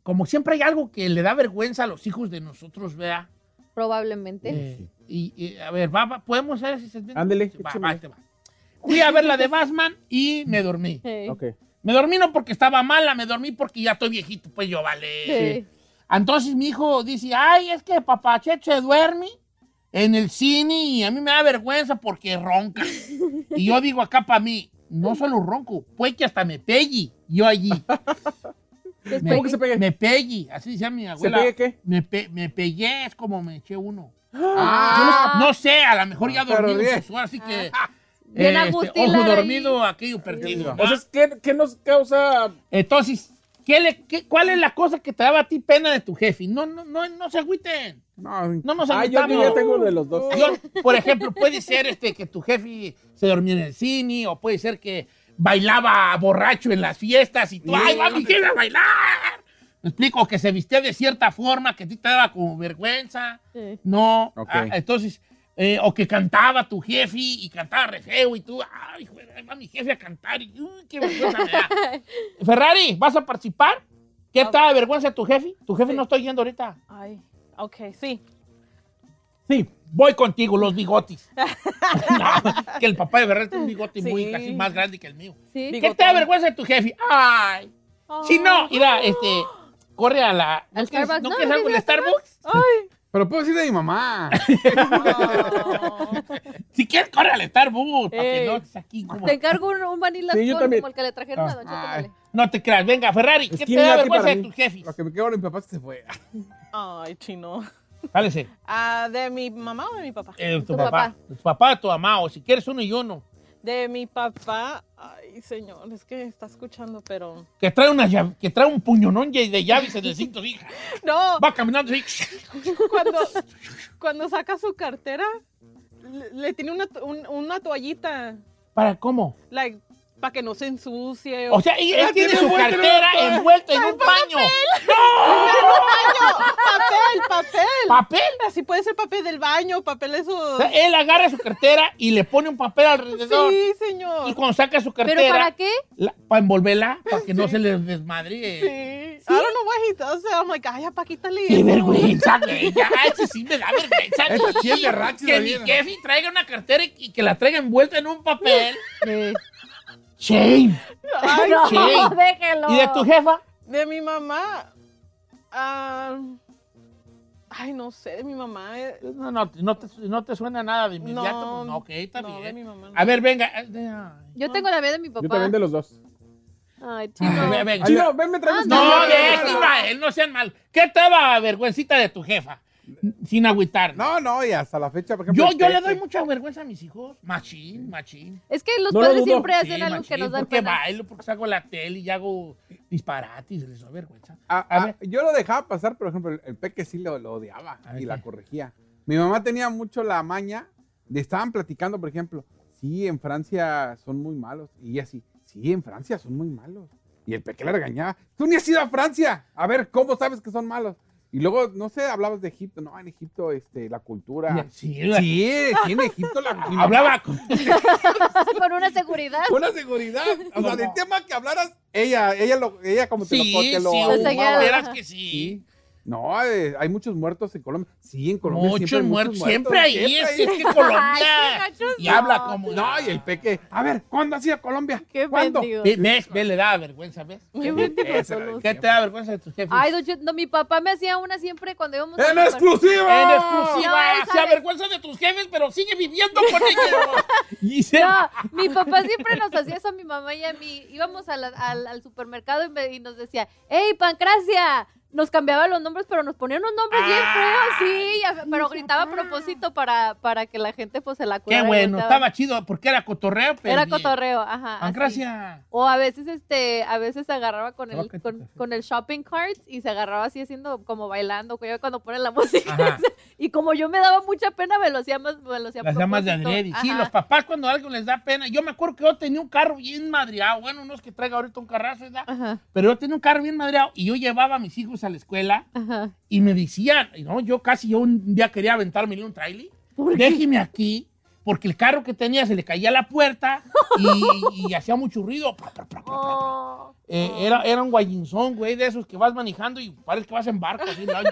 Speaker 1: como siempre hay algo que le da vergüenza a los hijos de nosotros, vea?
Speaker 2: Probablemente.
Speaker 1: Eh, y, y, a ver, va, va, ¿podemos hacer ese segmento?
Speaker 3: Ándele,
Speaker 1: Va,
Speaker 3: échamelo.
Speaker 1: va, ahí te va. Fui a ver la de Batman y me dormí.
Speaker 2: Hey.
Speaker 3: Ok.
Speaker 1: Me dormí no porque estaba mala, me dormí porque ya estoy viejito, pues yo vale.
Speaker 2: Sí.
Speaker 1: Entonces mi hijo dice, ay, es que papachet se duerme en el cine y a mí me da vergüenza porque ronca. y yo digo acá para mí, no solo ronco, pues que hasta me pegue, yo allí.
Speaker 2: Después-
Speaker 1: Me,
Speaker 3: ¿Cómo que se pegue?
Speaker 1: Me pegue, así decía mi
Speaker 3: ¿Se
Speaker 1: abuela.
Speaker 3: pegue qué?
Speaker 1: Me, pe- me pegué, es como me eché uno.
Speaker 4: Ah,
Speaker 1: No sé, a lo mejor ya
Speaker 4: Pero
Speaker 1: dormido.
Speaker 4: bien.
Speaker 1: pues, ahora sí que.
Speaker 2: Bien
Speaker 1: este,
Speaker 2: Agustín
Speaker 1: ojo
Speaker 2: Lara ahí.
Speaker 1: dormido, aquello perdido.
Speaker 3: O sea, es que- ¿qué nos causa
Speaker 1: Entonces, ¿qué le- qué- ¿cuál es la cosa que te daba a ti pena de tu jefe? No, no, no, no se agüiten.
Speaker 4: no,
Speaker 1: No nos
Speaker 3: Ah, yo,
Speaker 1: agüitamos.
Speaker 3: yo ya tengo uno de los dos.
Speaker 1: Yo, por ejemplo, puede ser este, que tu jefe se dormía en el cine, o puede ser que bailaba borracho en las fiestas y tú, ¡ay, mami, quiero ir a bailar! Me explico, que se vistía de cierta forma que a ti te daba como vergüenza.
Speaker 6: Sí.
Speaker 1: No.
Speaker 4: Ok.
Speaker 1: Ah, entonces, eh, o que cantaba tu jefe y cantaba re feo y tú, ¡ay, hijo de- ahí va mi jefe a cantar! Y, uy, qué vergüenza me da! Ferrari, ¿vas a participar? ¿Qué tal de vergüenza tu jefe? Tu jefe no estoy yendo ahorita.
Speaker 6: Ay, ok, sí.
Speaker 1: Sí, voy contigo, los bigotes. No, que el papá de Ferrari tiene un bigote muy
Speaker 6: Sí.
Speaker 1: casi más grande que el mío.
Speaker 2: Sí.
Speaker 1: ¿Qué te da vergüenza de tu jefe? Ay, si no, mira, este, corre a la...
Speaker 2: Oh. Al
Speaker 1: ¿No quieres-
Speaker 2: Starbucks,
Speaker 1: ¿No
Speaker 2: no,
Speaker 1: quieres
Speaker 2: no
Speaker 1: algo en
Speaker 2: quieres
Speaker 1: Starbucks?
Speaker 6: Ay,
Speaker 4: Pero puedo decir de mi mamá.
Speaker 6: no.
Speaker 1: Si quieres, corre al Starbucks, para que
Speaker 6: Ey.
Speaker 1: no estés aquí como...
Speaker 2: Eh, Te encargo un, un vanilla
Speaker 3: Sí, yo
Speaker 2: scone
Speaker 3: también.
Speaker 2: como el que le trajeron a Don Cheto,
Speaker 4: Ay.
Speaker 2: dale.
Speaker 1: No te creas. Venga, Ferrari, ¿qué
Speaker 3: Es
Speaker 1: te
Speaker 3: que
Speaker 1: da
Speaker 3: Iñaki
Speaker 1: vergüenza de
Speaker 3: para mí.
Speaker 1: tus jefes?
Speaker 4: Lo que me quedo de mi papá es que se fue.
Speaker 6: Ay, chino.
Speaker 1: Sálese.
Speaker 6: Ah, ¿De mi mamá o de mi papá?
Speaker 1: Eh, tu,
Speaker 2: Tu
Speaker 1: papá.
Speaker 2: papá.
Speaker 1: Tu papá, tu mamá, o si quieres uno y uno.
Speaker 6: De mi papá. Ay, señor, es que está escuchando, pero.
Speaker 1: Que trae, una llave- que trae un puñonón de llaves en el cinto. sí.
Speaker 6: No,
Speaker 1: Va caminando así.
Speaker 6: cuando, cuando saca su cartera, le, le tiene una, to- un- una toallita,
Speaker 1: ¿Para cómo?
Speaker 6: like, para que no se ensucie.
Speaker 1: O sea, y él
Speaker 4: Ah,
Speaker 1: tiene
Speaker 4: tiene
Speaker 1: su
Speaker 4: envuelta en
Speaker 1: cartera
Speaker 4: una-
Speaker 1: envuelta en un paño.
Speaker 6: ¡Paño! papel, papel.
Speaker 1: ¿Papel?
Speaker 6: Así puede ser papel del baño, papel
Speaker 1: O
Speaker 6: eso.
Speaker 1: sea, él agarra su cartera y le pone un papel alrededor.
Speaker 6: Sí,
Speaker 1: Y
Speaker 6: señor.
Speaker 1: cuando saca su
Speaker 2: ¿Pero para
Speaker 1: cartera,
Speaker 2: qué?
Speaker 1: para, envolverla, para que no se le desmadre.
Speaker 6: Sí. I don't know why he does that. I'm like, ay, ya, pa, quítale.
Speaker 1: ¡Qué
Speaker 6: eso".
Speaker 1: vergüenza, güey! Ya, eso sí me da vergüenza.
Speaker 4: Esa sí es de rachi,
Speaker 1: Que
Speaker 4: la
Speaker 1: mi
Speaker 4: vida.
Speaker 1: jefe traiga una cartera y- y que la traiga envuelta en un papel. Shame.
Speaker 6: Ay,
Speaker 2: no,
Speaker 1: sí.
Speaker 2: déjelo.
Speaker 1: ¿Y de tu jefa?
Speaker 6: De mi mamá. ah, ay, no sé, de mi mamá. eh,
Speaker 1: No, no, no te, no te suena nada de inmediato.
Speaker 6: No,
Speaker 1: pues, No, ok, está
Speaker 6: no, de mi
Speaker 1: bien.
Speaker 6: mamá. no.
Speaker 1: A ver, venga. Ay.
Speaker 2: Yo tengo la mía de mi papá.
Speaker 3: Yo también Ah, de los dos.
Speaker 2: Ay, chino.
Speaker 1: Ve- venga.
Speaker 3: Chino, ven, me traes
Speaker 2: Anda.
Speaker 1: Ah, No,
Speaker 2: No,
Speaker 1: déjalo a él, no sean mal. ¿Qué te daba vergüencita de tu jefa? Sin agüitar.
Speaker 4: No, no, y hasta la fecha, por ejemplo.
Speaker 1: Yo, yo
Speaker 4: el
Speaker 1: le doy
Speaker 4: Pepe.
Speaker 1: mucha vergüenza a mis hijos. Machín, machín.
Speaker 2: Es que los
Speaker 3: No lo
Speaker 2: padres
Speaker 3: dudo.
Speaker 2: siempre hacen
Speaker 1: Sí,
Speaker 2: algo que
Speaker 1: machín,
Speaker 2: nos dan
Speaker 1: porque
Speaker 2: pena.
Speaker 1: bailo, porque saco la tele y hago disparates, les doy vergüenza.
Speaker 4: Ah,
Speaker 1: A
Speaker 4: ah,
Speaker 1: ver. Ah,
Speaker 4: yo lo dejaba pasar, por ejemplo, el, el peque sí lo, lo odiaba
Speaker 1: A ver,
Speaker 4: y
Speaker 1: ¿qué?
Speaker 4: la corregía. Mi mamá tenía mucho la maña de estaban platicando, por ejemplo, sí, en Francia son muy malos. Y ella así, sí, en Francia son muy malos. Y el peque la regañaba, tú ni has ido a Francia. A ver, ¿cómo sabes que son malos? Y luego, no sé, hablabas de Egipto. No, en Egipto, este, la cultura.
Speaker 1: Sí, la-
Speaker 4: Sí, sí, en Egipto la mi mamá-
Speaker 1: Hablaba con...
Speaker 2: Con una seguridad.
Speaker 4: Con la seguridad. O sea, del tema que hablaras, ella, ella, lo, ella como te
Speaker 1: Sí,
Speaker 4: lo, te
Speaker 1: sí,
Speaker 4: lo
Speaker 1: hubo,
Speaker 2: O sea,
Speaker 4: ahumaba.
Speaker 2: ya-
Speaker 1: verás que sí.
Speaker 4: Sí. No, eh, hay muchos muertos en Colombia. Sí, en Colombia
Speaker 1: muchos,
Speaker 4: siempre hay
Speaker 1: muertos, siempre ahí, es, que- es que Colombia.
Speaker 2: Ay, qué gachos,
Speaker 1: y
Speaker 2: no.
Speaker 1: habla como.
Speaker 4: No, y el peque. A ver, ¿cuándo has ido a Colombia?
Speaker 6: Qué
Speaker 4: ¿Cuándo?
Speaker 6: mendigo.
Speaker 1: Ve- ¿Ves? ¿Ves? Le da vergüenza, ¿ves?
Speaker 6: Qué mendigo
Speaker 4: Ese era
Speaker 6: son
Speaker 4: el
Speaker 6: los-
Speaker 1: ¿Qué te da vergüenza de tus jefes?
Speaker 2: Ay, don Cheto, no, mi papá me hacía una siempre cuando íbamos
Speaker 3: ¡Eh,
Speaker 2: a
Speaker 4: ¡En
Speaker 2: jugar.
Speaker 4: exclusiva!
Speaker 1: en exclusiva.
Speaker 2: No, esa
Speaker 1: se
Speaker 2: vez-
Speaker 1: avergüenza de tus jefes, pero sigue viviendo con ellos. y se...
Speaker 2: No, mi papá siempre nos hacía eso a mi mamá y a mí. Íbamos a la- al, al supermercado y, me- y nos decía, ¡Ey, Pancracia! Nos cambiaba los nombres, pero nos ponían unos nombres bien
Speaker 1: Ah.
Speaker 2: feos, sí, y a- pero gritaba a propósito para, para que la gente pues se la
Speaker 1: Qué
Speaker 2: curara. y
Speaker 1: bueno,
Speaker 2: gritaba.
Speaker 1: estaba chido, porque era cotorreo, pero. Ah,
Speaker 2: Era
Speaker 1: bien.
Speaker 2: cotorreo, ajá. así.
Speaker 1: Pancracia.
Speaker 2: O a veces, este, a veces se agarraba con
Speaker 1: No, que te
Speaker 2: el, con,
Speaker 1: perfecto.
Speaker 2: con el shopping cart y se agarraba así haciendo como bailando, güey, cuando ponen la música.
Speaker 1: Ajá.
Speaker 2: Y como yo me daba mucha pena, me lo hacía más, me lo hacía a
Speaker 1: Las llamas de
Speaker 2: propósito.
Speaker 1: adrede. Sí,
Speaker 2: Ajá.
Speaker 1: los papás cuando algo les da pena. Yo me acuerdo que yo tenía un carro bien madreado. Bueno, no es que traiga ahorita un carrazo, ¿verdad?
Speaker 6: Ajá,
Speaker 1: Pero yo tenía un carro bien madreado y yo llevaba a mis hijos a la escuela
Speaker 2: Ajá.
Speaker 1: y me decían, y no, yo casi yo un día quería aventarme en un trailer. Déjeme aquí, porque el carro que tenía se le caía la puerta y, y hacía mucho ruido. Pa, pa, pa, pa, pa, pa.
Speaker 2: Oh.
Speaker 1: Eh, era, era un guayinzón, güey, de esos que vas manejando y parece que vas en barco. así, la-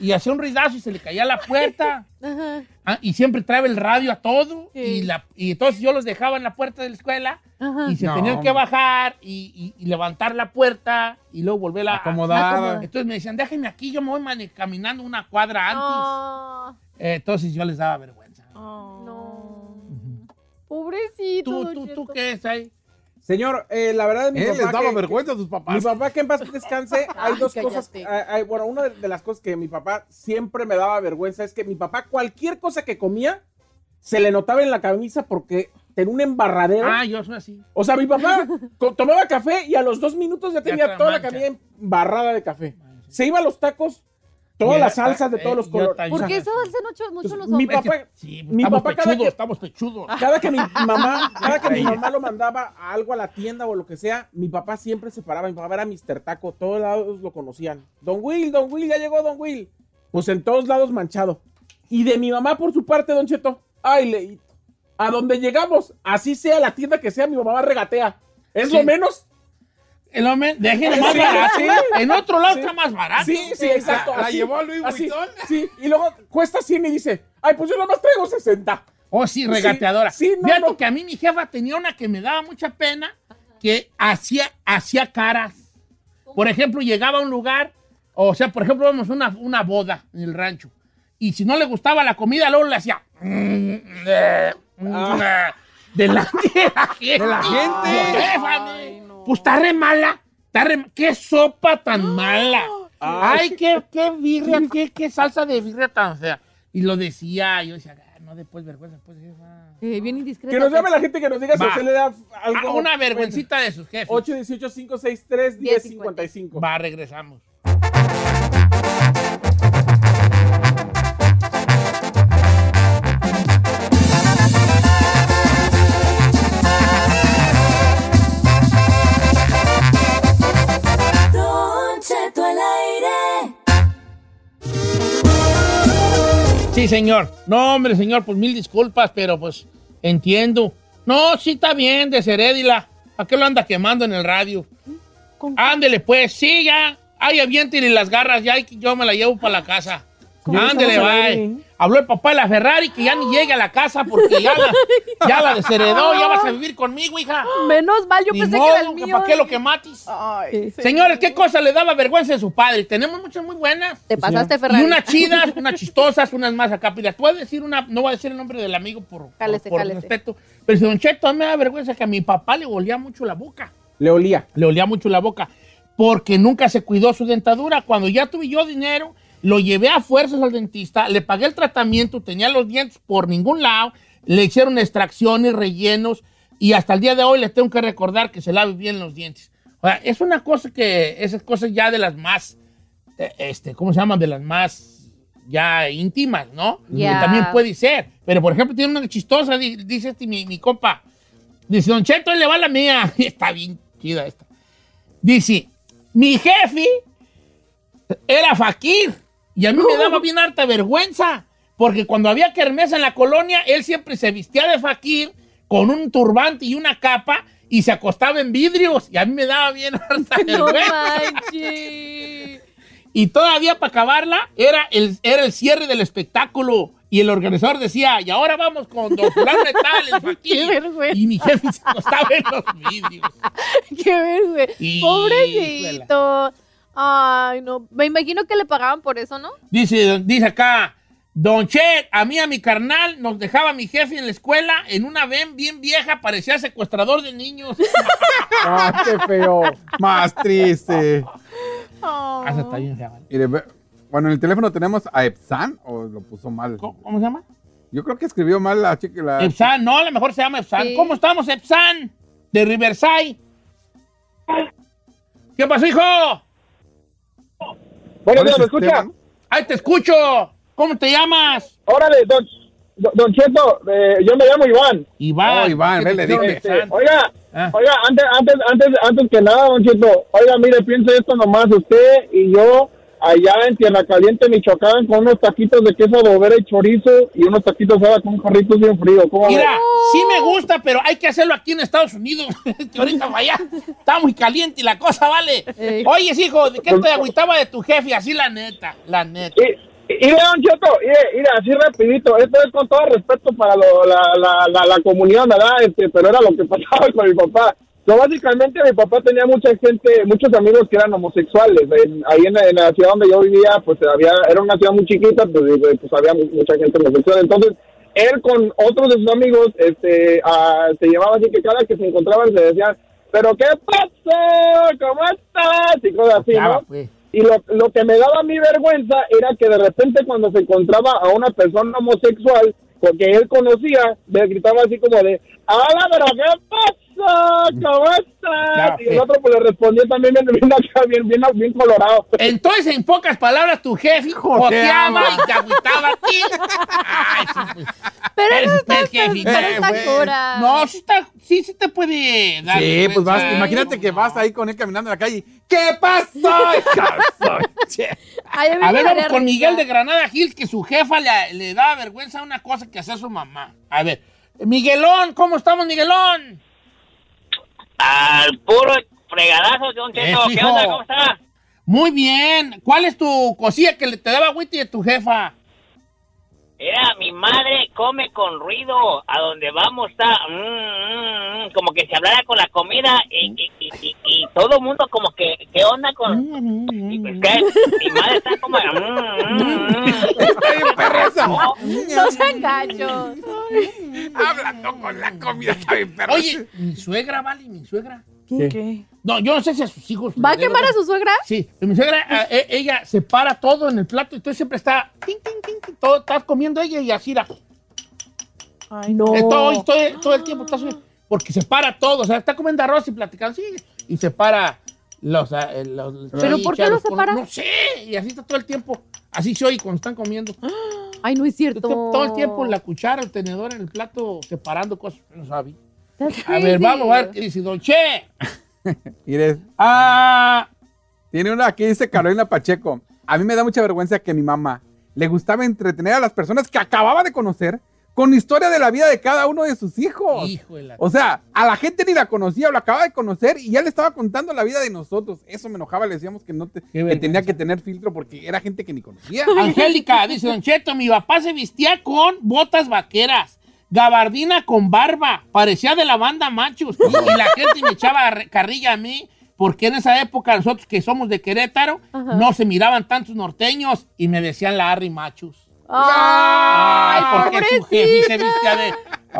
Speaker 1: y hacía un ruidazo y se le caía la puerta.
Speaker 2: Ajá.
Speaker 1: Ah, y siempre trae el radio a todo.
Speaker 6: Sí.
Speaker 1: Y, la, y entonces yo los dejaba en la puerta de la escuela
Speaker 2: Ajá.
Speaker 1: y se
Speaker 4: No,
Speaker 1: tenían que
Speaker 4: hombre.
Speaker 1: bajar y, y- y levantar la puerta y luego volverla a
Speaker 4: Acomodada.
Speaker 1: acomodar. Entonces me decían, déjenme aquí, yo me voy mane- caminando una cuadra antes.
Speaker 2: Ah,
Speaker 1: Eh, entonces yo les daba vergüenza.
Speaker 2: no. Pobrecito.
Speaker 1: ¿Tú,
Speaker 2: Don
Speaker 1: tú,
Speaker 2: Cheto.
Speaker 1: tú qué es ahí?
Speaker 3: Señor, eh, la verdad, mi
Speaker 4: Él les
Speaker 3: papá
Speaker 4: daba
Speaker 3: que-
Speaker 4: vergüenza a sus
Speaker 3: Mi
Speaker 4: papás.
Speaker 3: papá que en paz descanse, hay dos
Speaker 6: Ay,
Speaker 3: cosas,
Speaker 6: cállate.
Speaker 3: hay- hay- bueno, una de las cosas que mi papá siempre me daba vergüenza es que mi papá cualquier cosa que comía se le notaba en la camisa porque tenía un embarradero.
Speaker 1: Ah, yo soy así.
Speaker 3: O sea, mi papá co- tomaba café y a los dos minutos ya
Speaker 1: Ya
Speaker 3: tenía
Speaker 1: trae
Speaker 3: toda la
Speaker 1: mancha.
Speaker 3: camisa embarrada de café. Se iba a los tacos, todas
Speaker 1: Mira,
Speaker 3: las salsas de
Speaker 1: eh,
Speaker 3: todos los
Speaker 1: yo
Speaker 3: colores.
Speaker 1: también.
Speaker 3: O
Speaker 2: Porque
Speaker 3: sea,
Speaker 2: eso hacen mucho, mucho los
Speaker 3: mi
Speaker 1: Es
Speaker 2: hombres.
Speaker 1: que-
Speaker 3: papá-
Speaker 1: sí, pues,
Speaker 3: mi
Speaker 1: estamos
Speaker 3: papá cada
Speaker 1: pechudos,
Speaker 3: que-
Speaker 1: estamos pechudos.
Speaker 3: cada que mi mamá, cada que mi mamá lo mandaba a algo a la tienda o lo que sea, mi papá siempre se paraba. Mi papá era Mr. Taco, todos lados lo conocían. Don Will, Don Will, ya llegó Don Will. Pues en todos lados manchado. Y de mi mamá por su parte, Don Cheto. Ay, leí. A donde llegamos, así sea la tienda que sea, mi mamá regatea. Es
Speaker 1: Sí.
Speaker 3: lo menos.
Speaker 1: El hombre, déjenlo más
Speaker 3: Sí,
Speaker 1: barato.
Speaker 3: sí.
Speaker 1: En otro lado
Speaker 3: Sí.
Speaker 1: está más barato.
Speaker 3: Sí, sí, Ah, exacto.
Speaker 4: ¿La
Speaker 3: así,
Speaker 4: llevó a Louis
Speaker 3: así,
Speaker 4: Vuitton?
Speaker 3: Sí, y luego cuesta 100 y dice, ay, pues yo nomás traigo 60.
Speaker 1: Oh, sí, regateadora.
Speaker 3: Sí, sí, no,
Speaker 1: Fíjate
Speaker 3: no.
Speaker 1: que a mí mi jefa tenía una que me daba mucha pena, que hacía, hacía caras. Por ejemplo, llegaba a un lugar, o sea, por ejemplo, vamos a una, una boda en el rancho, y si no le gustaba la comida, luego le hacía... Delante de Ah. la gente.
Speaker 4: De la gente.
Speaker 1: Yo, jefa, me- Pues está re mala. Está re- ¡Qué sopa tan mala! Ah. ¡Ay, qué, qué birria! Qué, qué salsa de birria tan fea! Y lo decía, yo decía, "Ah, no, después vergüenza, pues jefa.
Speaker 2: Eh, bien indiscreto.
Speaker 3: Que nos llame la gente que nos diga si
Speaker 1: Va.
Speaker 3: a usted le da
Speaker 1: Ah,
Speaker 3: algo.
Speaker 1: una vergüencita de sus jefes.
Speaker 3: 818-563-1055.
Speaker 1: Va, regresamos.
Speaker 7: Don Cheto al aire.
Speaker 1: Sí, señor. No, hombre, señor, pues mil disculpas, pero pues entiendo. No, sí está bien, desherédila. ¿A qué lo anda quemando en el radio? Ándele, pues, sí, ya. Ay, aviéntele las garras, ya, y que yo me la llevo para la casa. Ándele,
Speaker 3: estamos al
Speaker 1: bye.
Speaker 3: aire.
Speaker 1: Habló el papá de la Ferrari que ya ni llega a la casa porque ya la, ya la desheredó, ya vas a vivir conmigo, hija.
Speaker 2: Menos mal, yo
Speaker 1: Ni
Speaker 2: pensé
Speaker 1: modo,
Speaker 2: que era
Speaker 1: que
Speaker 2: el mío. eh. Ah,
Speaker 1: ¿Para qué lo que matis?
Speaker 6: Ay,
Speaker 1: Señores, ¿qué cosa le daba vergüenza de su padre? Tenemos muchas muy buenas.
Speaker 2: Te pasaste,
Speaker 1: Y
Speaker 2: Ferrari.
Speaker 1: unas chidas, unas chistosas, unas más acá. Puedes decir una, no voy a decir el nombre del amigo por, por-
Speaker 2: Cálese,
Speaker 1: por
Speaker 2: cálese.
Speaker 1: respeto. Pero si Don Cheto, a mí me da vergüenza que a mi papá le olía mucho la boca.
Speaker 3: Le olía.
Speaker 1: Le olía mucho la boca. Porque nunca se cuidó su dentadura. Cuando ya tuve yo dinero, lo llevé a fuerzas al dentista, le pagué el tratamiento, tenía los dientes por ningún lado, le hicieron extracciones, rellenos, y hasta el día de hoy les tengo que recordar que se lave bien los dientes. O sea, es una cosa que, esas cosas ya de las más, eh, este, ¿cómo se llaman? De las más ya íntimas, ¿no?
Speaker 2: Ya.
Speaker 1: Que también puede ser. Pero, por ejemplo, tiene una chistosa, di- dice este mi, mi compa. Dice, Don Cheto, ahí le va la mía. Está bien chida esta. Dice, mi jefe era faquir y a mí me daba bien harta vergüenza porque cuando había kermés en la colonia, él siempre se vestía de faquir con un turbante y una capa y se acostaba en vidrios y a mí me daba bien harta
Speaker 2: No
Speaker 1: vergüenza.
Speaker 2: manches.
Speaker 1: Y todavía para acabarla era el, era el cierre del espectáculo. Y el organizador decía, y ahora vamos con Don Fulano de Tal, el
Speaker 2: Qué
Speaker 1: faquir.
Speaker 2: vergüenza.
Speaker 1: Y mi jefe se acostaba en los vidrios.
Speaker 2: Qué vergüenza.
Speaker 1: Híjole.
Speaker 2: Pobrecito. Ay, no. Me imagino que le pagaban por eso, ¿no?
Speaker 1: Dice, dice acá, Don Che, a mí, a mi carnal, nos dejaba mi jefe en la escuela en una ven bien vieja, parecía secuestrador de niños.
Speaker 3: Ah, qué feo.
Speaker 4: Más triste.
Speaker 1: Ah, esa está bien fea, ¿vale?
Speaker 4: Mire, ve- bueno, en el teléfono tenemos a Epsan, o lo puso mal.
Speaker 1: ¿Cómo, cómo se llama?
Speaker 4: Yo creo que escribió mal la chica. La...
Speaker 1: Epsan, no, a lo mejor se llama Epsan.
Speaker 2: Sí.
Speaker 1: ¿Cómo estamos, Epsan? De Riverside. ¿Qué pasó, hijo?
Speaker 8: Bueno,
Speaker 4: ¿Cuál
Speaker 8: mira,
Speaker 4: es este,
Speaker 8: ¿me
Speaker 4: el
Speaker 8: escucha?
Speaker 4: tema?
Speaker 1: Ahí te escucho. ¿Cómo te llamas?
Speaker 8: Órale, don, don, don Cheto, eh, yo me llamo Iván.
Speaker 1: Iván.
Speaker 4: Oh, Iván,
Speaker 1: ¿Qué
Speaker 4: ve,
Speaker 1: te
Speaker 4: le
Speaker 1: hicieron,
Speaker 4: dije.
Speaker 8: Este,
Speaker 1: Epsan?
Speaker 8: oiga,
Speaker 1: Ah.
Speaker 8: oiga, antes, antes, antes, antes que nada, don Cheto, oiga, mire, piense esto nomás, usted y yo allá en Tierra Caliente, Michoacán, con unos taquitos de queso de overa y chorizo y unos taquitos ahora con carritos bien frío. ¿Cómo ve?
Speaker 1: Mira,
Speaker 2: Oh.
Speaker 1: sí me gusta, pero hay que hacerlo aquí en Estados Unidos. que ahorita vaya. Está muy caliente y la cosa vale.
Speaker 2: Ey.
Speaker 1: Oye, hijo, ¿de qué te agüitaba de tu jefe? Así la neta, la neta.
Speaker 8: Y, y, y mira, don Cheto, y, y mira, así rapidito, esto es con todo respeto para lo- la, la, la, la comunidad, ¿verdad? Este, pero era lo que pasaba con mi papá. No, básicamente mi papá tenía mucha gente, muchos amigos que eran homosexuales. En- ahí en la, en la ciudad donde yo vivía, pues había, era una ciudad muy chiquita, pues, y, pues, había mu- mucha gente homosexual. Entonces, él con otros de sus amigos, este, ah, se llevaba así que cada que se encontraban se decían, pero ¿qué pasó? ¿Cómo estás? Y cosas así,
Speaker 1: Chava,
Speaker 8: ¿no?
Speaker 1: pues.
Speaker 8: Y lo, lo que me daba mi vergüenza era que de repente cuando se encontraba a una persona homosexual, porque él conocía, me gritaba así como de, ¡Hala, pero qué pasa! ¿Cómo
Speaker 1: Claro,
Speaker 8: estás? Y
Speaker 1: sí.
Speaker 8: el otro pues le respondió también bien, bien, acá, bien, bien, bien colorado.
Speaker 1: Entonces, en pocas palabras, tu jefe joteaba y te agüitaba a ti. Ay, sí, pues.
Speaker 2: Pero
Speaker 1: Eres
Speaker 2: eso
Speaker 1: usted,
Speaker 2: está,
Speaker 1: jefe.
Speaker 4: Eh,
Speaker 2: está
Speaker 4: güey.
Speaker 2: cura.
Speaker 1: No, sí, está- sí, sí te puede dar.
Speaker 4: Sí, pues vas,
Speaker 1: vergüenza.
Speaker 4: imagínate que
Speaker 1: No.
Speaker 4: vas ahí con él caminando en la calle. ¿Qué pasó?
Speaker 2: Ay, mí
Speaker 1: A
Speaker 2: me
Speaker 1: ver,
Speaker 2: daría
Speaker 1: vamos con
Speaker 2: risa.
Speaker 1: Miguel de Granada Gil, que su jefa le, le daba vergüenza una cosa que hacía su mamá. A ver, Miguelón, ¿cómo estamos, Miguelón?
Speaker 9: Al puro fregadazo, don Cheto.
Speaker 1: Eso,
Speaker 9: ¿Qué
Speaker 1: hijo.
Speaker 9: onda? ¿Cómo está?
Speaker 1: Muy bien. ¿Cuál es tu cosilla que le te daba Witty de tu jefa?
Speaker 9: Era mi madre come con ruido. A donde vamos está. mm, mm, mm, como que se hablara con la comida y, y, y, y- y todo el mundo, como que. ¿Qué onda con.? Y pues, ¿qué? Mi madre está como. mm, mm, mm.
Speaker 4: Está bien perrosa.
Speaker 2: No sean gachos.
Speaker 4: Hablando con la comida, está bien perrosa.
Speaker 1: Oye, mi suegra, vale, mi suegra.
Speaker 6: ¿Qué? ¿Qué?
Speaker 1: No, yo no sé si a sus hijos.
Speaker 2: ¿Va a quemar a su suegra?
Speaker 1: Sí, mi suegra, a- e- ella separa todo en el plato, entonces siempre está. tin, tin, tin, tin, todo, está comiendo ella y así la.
Speaker 6: Ay, no.
Speaker 2: Oh.
Speaker 1: Eh, Todo, y todo- todo el tiempo está subiendo. Porque separa todo. O sea, está comiendo arroz y platicando. Sí, y separa los. eh, los
Speaker 2: ¿Pero por qué
Speaker 1: los
Speaker 2: lo
Speaker 1: cosas,
Speaker 2: separa?
Speaker 1: No sé. Y así está todo el tiempo. Así se oye cuando están comiendo.
Speaker 2: Ay, no es cierto.
Speaker 1: Está Todo el tiempo la cuchara, el tenedor en el plato, separando cosas. No sabe.
Speaker 2: That's
Speaker 1: A ver,
Speaker 2: crazy.
Speaker 1: vamos a ver qué dice Don Che.
Speaker 4: Mire,
Speaker 1: Ah,
Speaker 4: tiene una aquí, dice Carolina Pacheco. A mí me da mucha vergüenza que mi mamá le gustaba entretener a las personas que acababa de conocer con historia de la vida de cada uno de sus hijos.
Speaker 1: hijo de la.
Speaker 4: O sea, a la gente ni la conocía, lo acaba de conocer y ya le estaba contando la vida de nosotros. Eso me enojaba, le decíamos que no te- que
Speaker 1: vergüenza.
Speaker 4: tenía que tener filtro porque era gente que ni conocía.
Speaker 1: Angélica, dice Don Cheto, mi papá se vestía con botas vaqueras, gabardina con barba, parecía de la banda machos. Y, y la gente me echaba re- carrilla a mí, porque en esa época nosotros que somos de Querétaro,
Speaker 2: Ajá.
Speaker 1: no se miraban tantos norteños y me decían la Harry machos.
Speaker 2: Ah,
Speaker 1: Ay,
Speaker 2: Ay,
Speaker 1: porque su jefe se vestía de...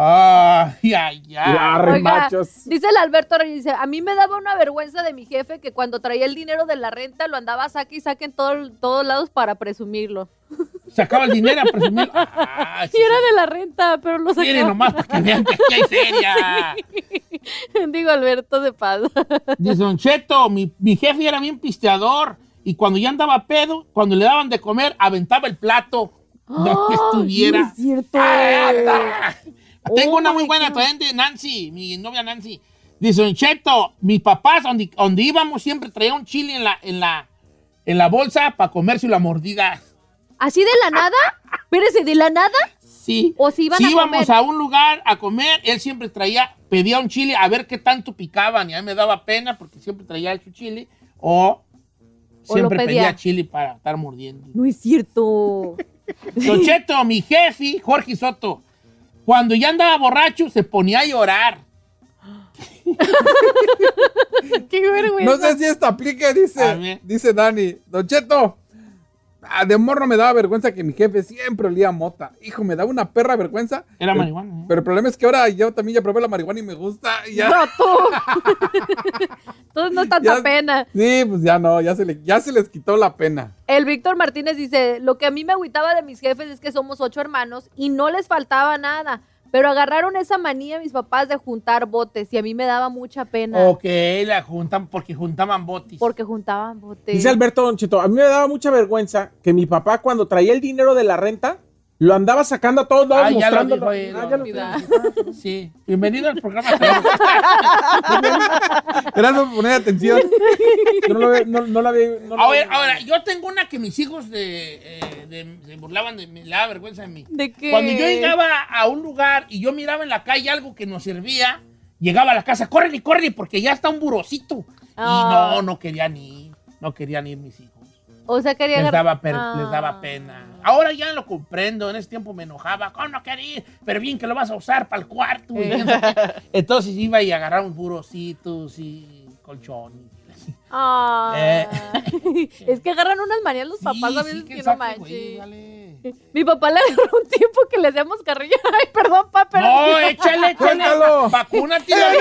Speaker 1: Ay, ay, ay.
Speaker 3: Arre,
Speaker 2: Oiga,
Speaker 3: machos.
Speaker 2: Dice el Alberto Reyes, dice, a mí me daba una vergüenza de mi jefe que cuando traía el dinero de la renta lo andaba saque y saque en todo- todos lados para presumirlo.
Speaker 1: Sacaba el dinero a presumir. Ay, sí,
Speaker 2: Y era de la renta, pero lo
Speaker 1: Miren
Speaker 2: sacaba.
Speaker 1: nomás para que vean que aquí hay feria.
Speaker 2: Digo Alberto de paz.
Speaker 1: Dice Don Cheto, mi, mi jefe era bien pisteador y cuando ya andaba pedo, cuando le daban de comer, aventaba el plato lo que estuviera.
Speaker 6: Ah, Es cierto.
Speaker 1: Ah, ah. Tengo
Speaker 6: Oh
Speaker 1: una muy
Speaker 6: my
Speaker 1: buena
Speaker 6: God.
Speaker 1: también de Nancy, mi novia Nancy. Dice Don Cheto, mis papás, donde, donde íbamos, siempre traía un chile en la, en la, en la bolsa para comerse la mordida.
Speaker 2: ¿Así de la nada? Espérese, ¿de la nada?
Speaker 1: Sí.
Speaker 2: ¿O si iban
Speaker 1: Sí,
Speaker 2: a
Speaker 1: íbamos
Speaker 2: comer?
Speaker 1: a un lugar a comer, él siempre traía, pedía un chile a ver qué tanto picaban y a mí me daba pena porque siempre traía el su chile o
Speaker 2: O lo
Speaker 1: siempre pedía.
Speaker 2: pedía.
Speaker 1: chile para estar mordiendo.
Speaker 2: No es cierto.
Speaker 1: Don Cheto, mi jefe, Jorge Soto, cuando ya andaba borracho se ponía a llorar.
Speaker 6: Qué vergüenza.
Speaker 4: No sé si esto aplique,
Speaker 1: Pues, A
Speaker 4: dice,
Speaker 1: ver.
Speaker 4: dice Dani. Don Cheto, ah, de morro me daba vergüenza que mi jefe siempre olía a mota. Hijo, me daba una perra vergüenza.
Speaker 1: Era
Speaker 4: Pero-
Speaker 1: marihuana. ¿eh?
Speaker 4: Pero el problema es que ahora yo también ya probé la marihuana y me gusta. y ya-
Speaker 2: Entonces no es tanta
Speaker 4: Ya-
Speaker 2: pena.
Speaker 4: sí, pues ya no, ya se, le, ya se les quitó la pena.
Speaker 2: El Víctor Martínez dice, lo que a mí me agüitaba de mis jefes es que somos ocho hermanos y no les faltaba nada. Pero agarraron esa manía mis papás de juntar botes y a mí me daba mucha pena
Speaker 1: Ok, la juntan porque juntaban botis.
Speaker 2: porque juntaban botes.
Speaker 3: Dice Alberto Don Cheto, a mí me daba mucha vergüenza que mi papá cuando traía el dinero de la renta, lo andaba sacando a todos lados
Speaker 1: Ah, ya lo dijo
Speaker 3: mostrándolo.
Speaker 1: él.
Speaker 3: Ah, ya lo-
Speaker 1: Sí. Bienvenido al programa.
Speaker 4: Gracias por poner atención.
Speaker 3: yo no lo ve- no- no la ve- no la
Speaker 1: A ver,
Speaker 3: ve-
Speaker 1: ahora, yo tengo una que mis hijos de, eh, de- se burlaban de mí, le daba vergüenza de mí.
Speaker 2: ¿De qué?
Speaker 1: Cuando yo llegaba a un lugar y yo miraba en la calle algo que nos servía, llegaba a la casa, corre y corre porque ya está un burocito.
Speaker 2: Ah.
Speaker 1: Y no, no querían ir, no querían ir mis hijos.
Speaker 2: O sea, quería
Speaker 1: Les
Speaker 2: agarrar-
Speaker 1: daba, per-
Speaker 2: Ah.
Speaker 1: les daba pena. Ahora ya lo comprendo, en ese tiempo me enojaba, ¿cómo no quería ir? Pero bien que lo vas a usar para el cuarto. y no sé qué. Entonces iba y agarraba unos burocitos y colchones.
Speaker 2: Ah.
Speaker 1: Eh.
Speaker 2: es que agarran unas manías los
Speaker 1: Sí,
Speaker 2: papás a veces
Speaker 1: Eh. sí, que
Speaker 2: que no
Speaker 1: saque, güey,
Speaker 2: manches.
Speaker 1: dale.
Speaker 2: Mi papá le agarró un tiempo que le demos carrilla. Ay, perdón, papá, pero.
Speaker 1: No, échale, échale.
Speaker 4: Cuéntalo.
Speaker 1: Vacuna
Speaker 4: ¡En
Speaker 1: tira.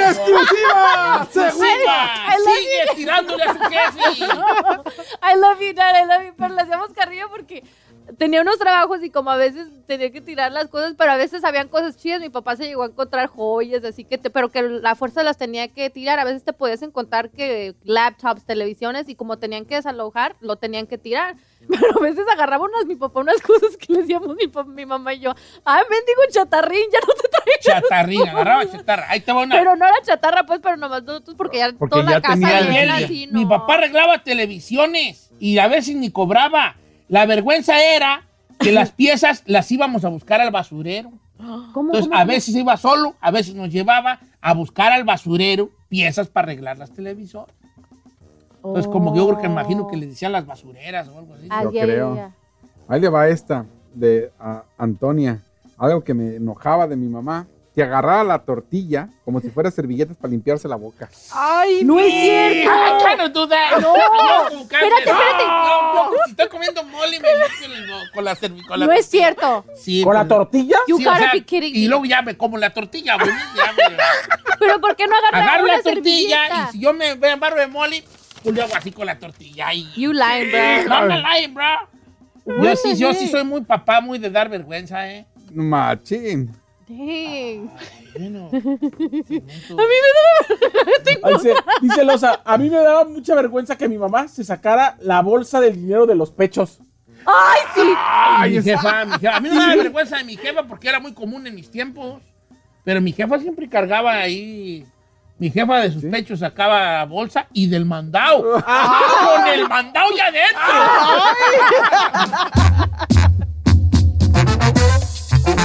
Speaker 4: exclusiva!
Speaker 1: Segunda. Sigue tirándole a su jefe.
Speaker 2: I love you, Dad, I love you. Pero le hacíamos carrillo porque tenía unos trabajos y como a veces tenía que tirar las cosas, pero a veces habían cosas chidas. Mi papá se llegó a encontrar joyas, así que, te- pero que la fuerza las tenía que tirar. A veces te podías encontrar que laptops, televisiones y como tenían que desalojar, lo tenían que tirar. Pero a veces agarraba unas, mi papá unas cosas que le decíamos mi, pa- mi mamá y yo. Ay, mendigo chatarrín, ya no te traía.
Speaker 1: Chatarrín, agarraba chatarra. Ahí te va una.
Speaker 2: Pero no era chatarra, pues, pero nomás nosotros porque ya
Speaker 4: Porque
Speaker 2: toda
Speaker 4: ya
Speaker 2: la casa
Speaker 4: tenía
Speaker 2: ya era
Speaker 1: Miguel,
Speaker 2: así,
Speaker 1: Mi
Speaker 2: no.
Speaker 1: papá arreglaba televisiones y a veces ni cobraba. La vergüenza era que las piezas las íbamos a buscar al basurero.
Speaker 2: ¿Cómo,
Speaker 1: Entonces,
Speaker 2: cómo,
Speaker 1: a
Speaker 2: cómo?
Speaker 1: veces iba solo, a veces nos llevaba a buscar al basurero piezas para arreglar las televisiones. Entonces, Pues, como que yo creo que imagino que les decían las basureras o algo así.
Speaker 2: Ah,
Speaker 4: Yo
Speaker 2: ya, ya,
Speaker 4: creo.
Speaker 2: ya.
Speaker 4: Ahí le va esta de ah, Antonia. Algo que me enojaba de mi mamá. Que agarraba la tortilla como si fuera servilletas para limpiarse la boca.
Speaker 6: ¡Ay,
Speaker 2: ¡No es
Speaker 1: I cannot do that. No, como que
Speaker 2: Espérate,
Speaker 1: antes.
Speaker 2: espérate.
Speaker 1: No, no, si estoy comiendo mole, me limpio el bo- con la cervi- con la
Speaker 2: No es
Speaker 1: tortilla.
Speaker 2: cierto.
Speaker 1: Sí,
Speaker 3: ¿Con la
Speaker 1: pues,
Speaker 3: tortilla?
Speaker 2: You
Speaker 1: sí, o
Speaker 2: gotta
Speaker 1: sea,
Speaker 2: be kidding
Speaker 1: Y
Speaker 2: me.
Speaker 1: luego ya me como la tortilla, güey, ya me-
Speaker 2: Pero ¿por qué no agarrar
Speaker 1: Agarro
Speaker 2: una
Speaker 1: la tortilla
Speaker 2: servilleta?
Speaker 1: y si yo me me embarro de mole, pues le hago así con la tortilla y...
Speaker 2: You lying, bro.
Speaker 1: No me lying, bro. Yo sí, yo sí soy muy papá, muy de dar vergüenza, ¿eh?
Speaker 4: Machín.
Speaker 2: Dang.
Speaker 1: Bueno,
Speaker 3: Ahí dice, dice Loza, a mí me daba mucha vergüenza que mi mamá se sacara la bolsa del dinero de los pechos.
Speaker 1: Ay, mi jefa, mi jefa. A mí no me da vergüenza de mi jefa porque era muy común en mis tiempos. Pero mi jefa siempre cargaba ahí. Mi jefa de sus pechos sacaba la bolsa y del mandado. ¡Con el mandado ya adentro!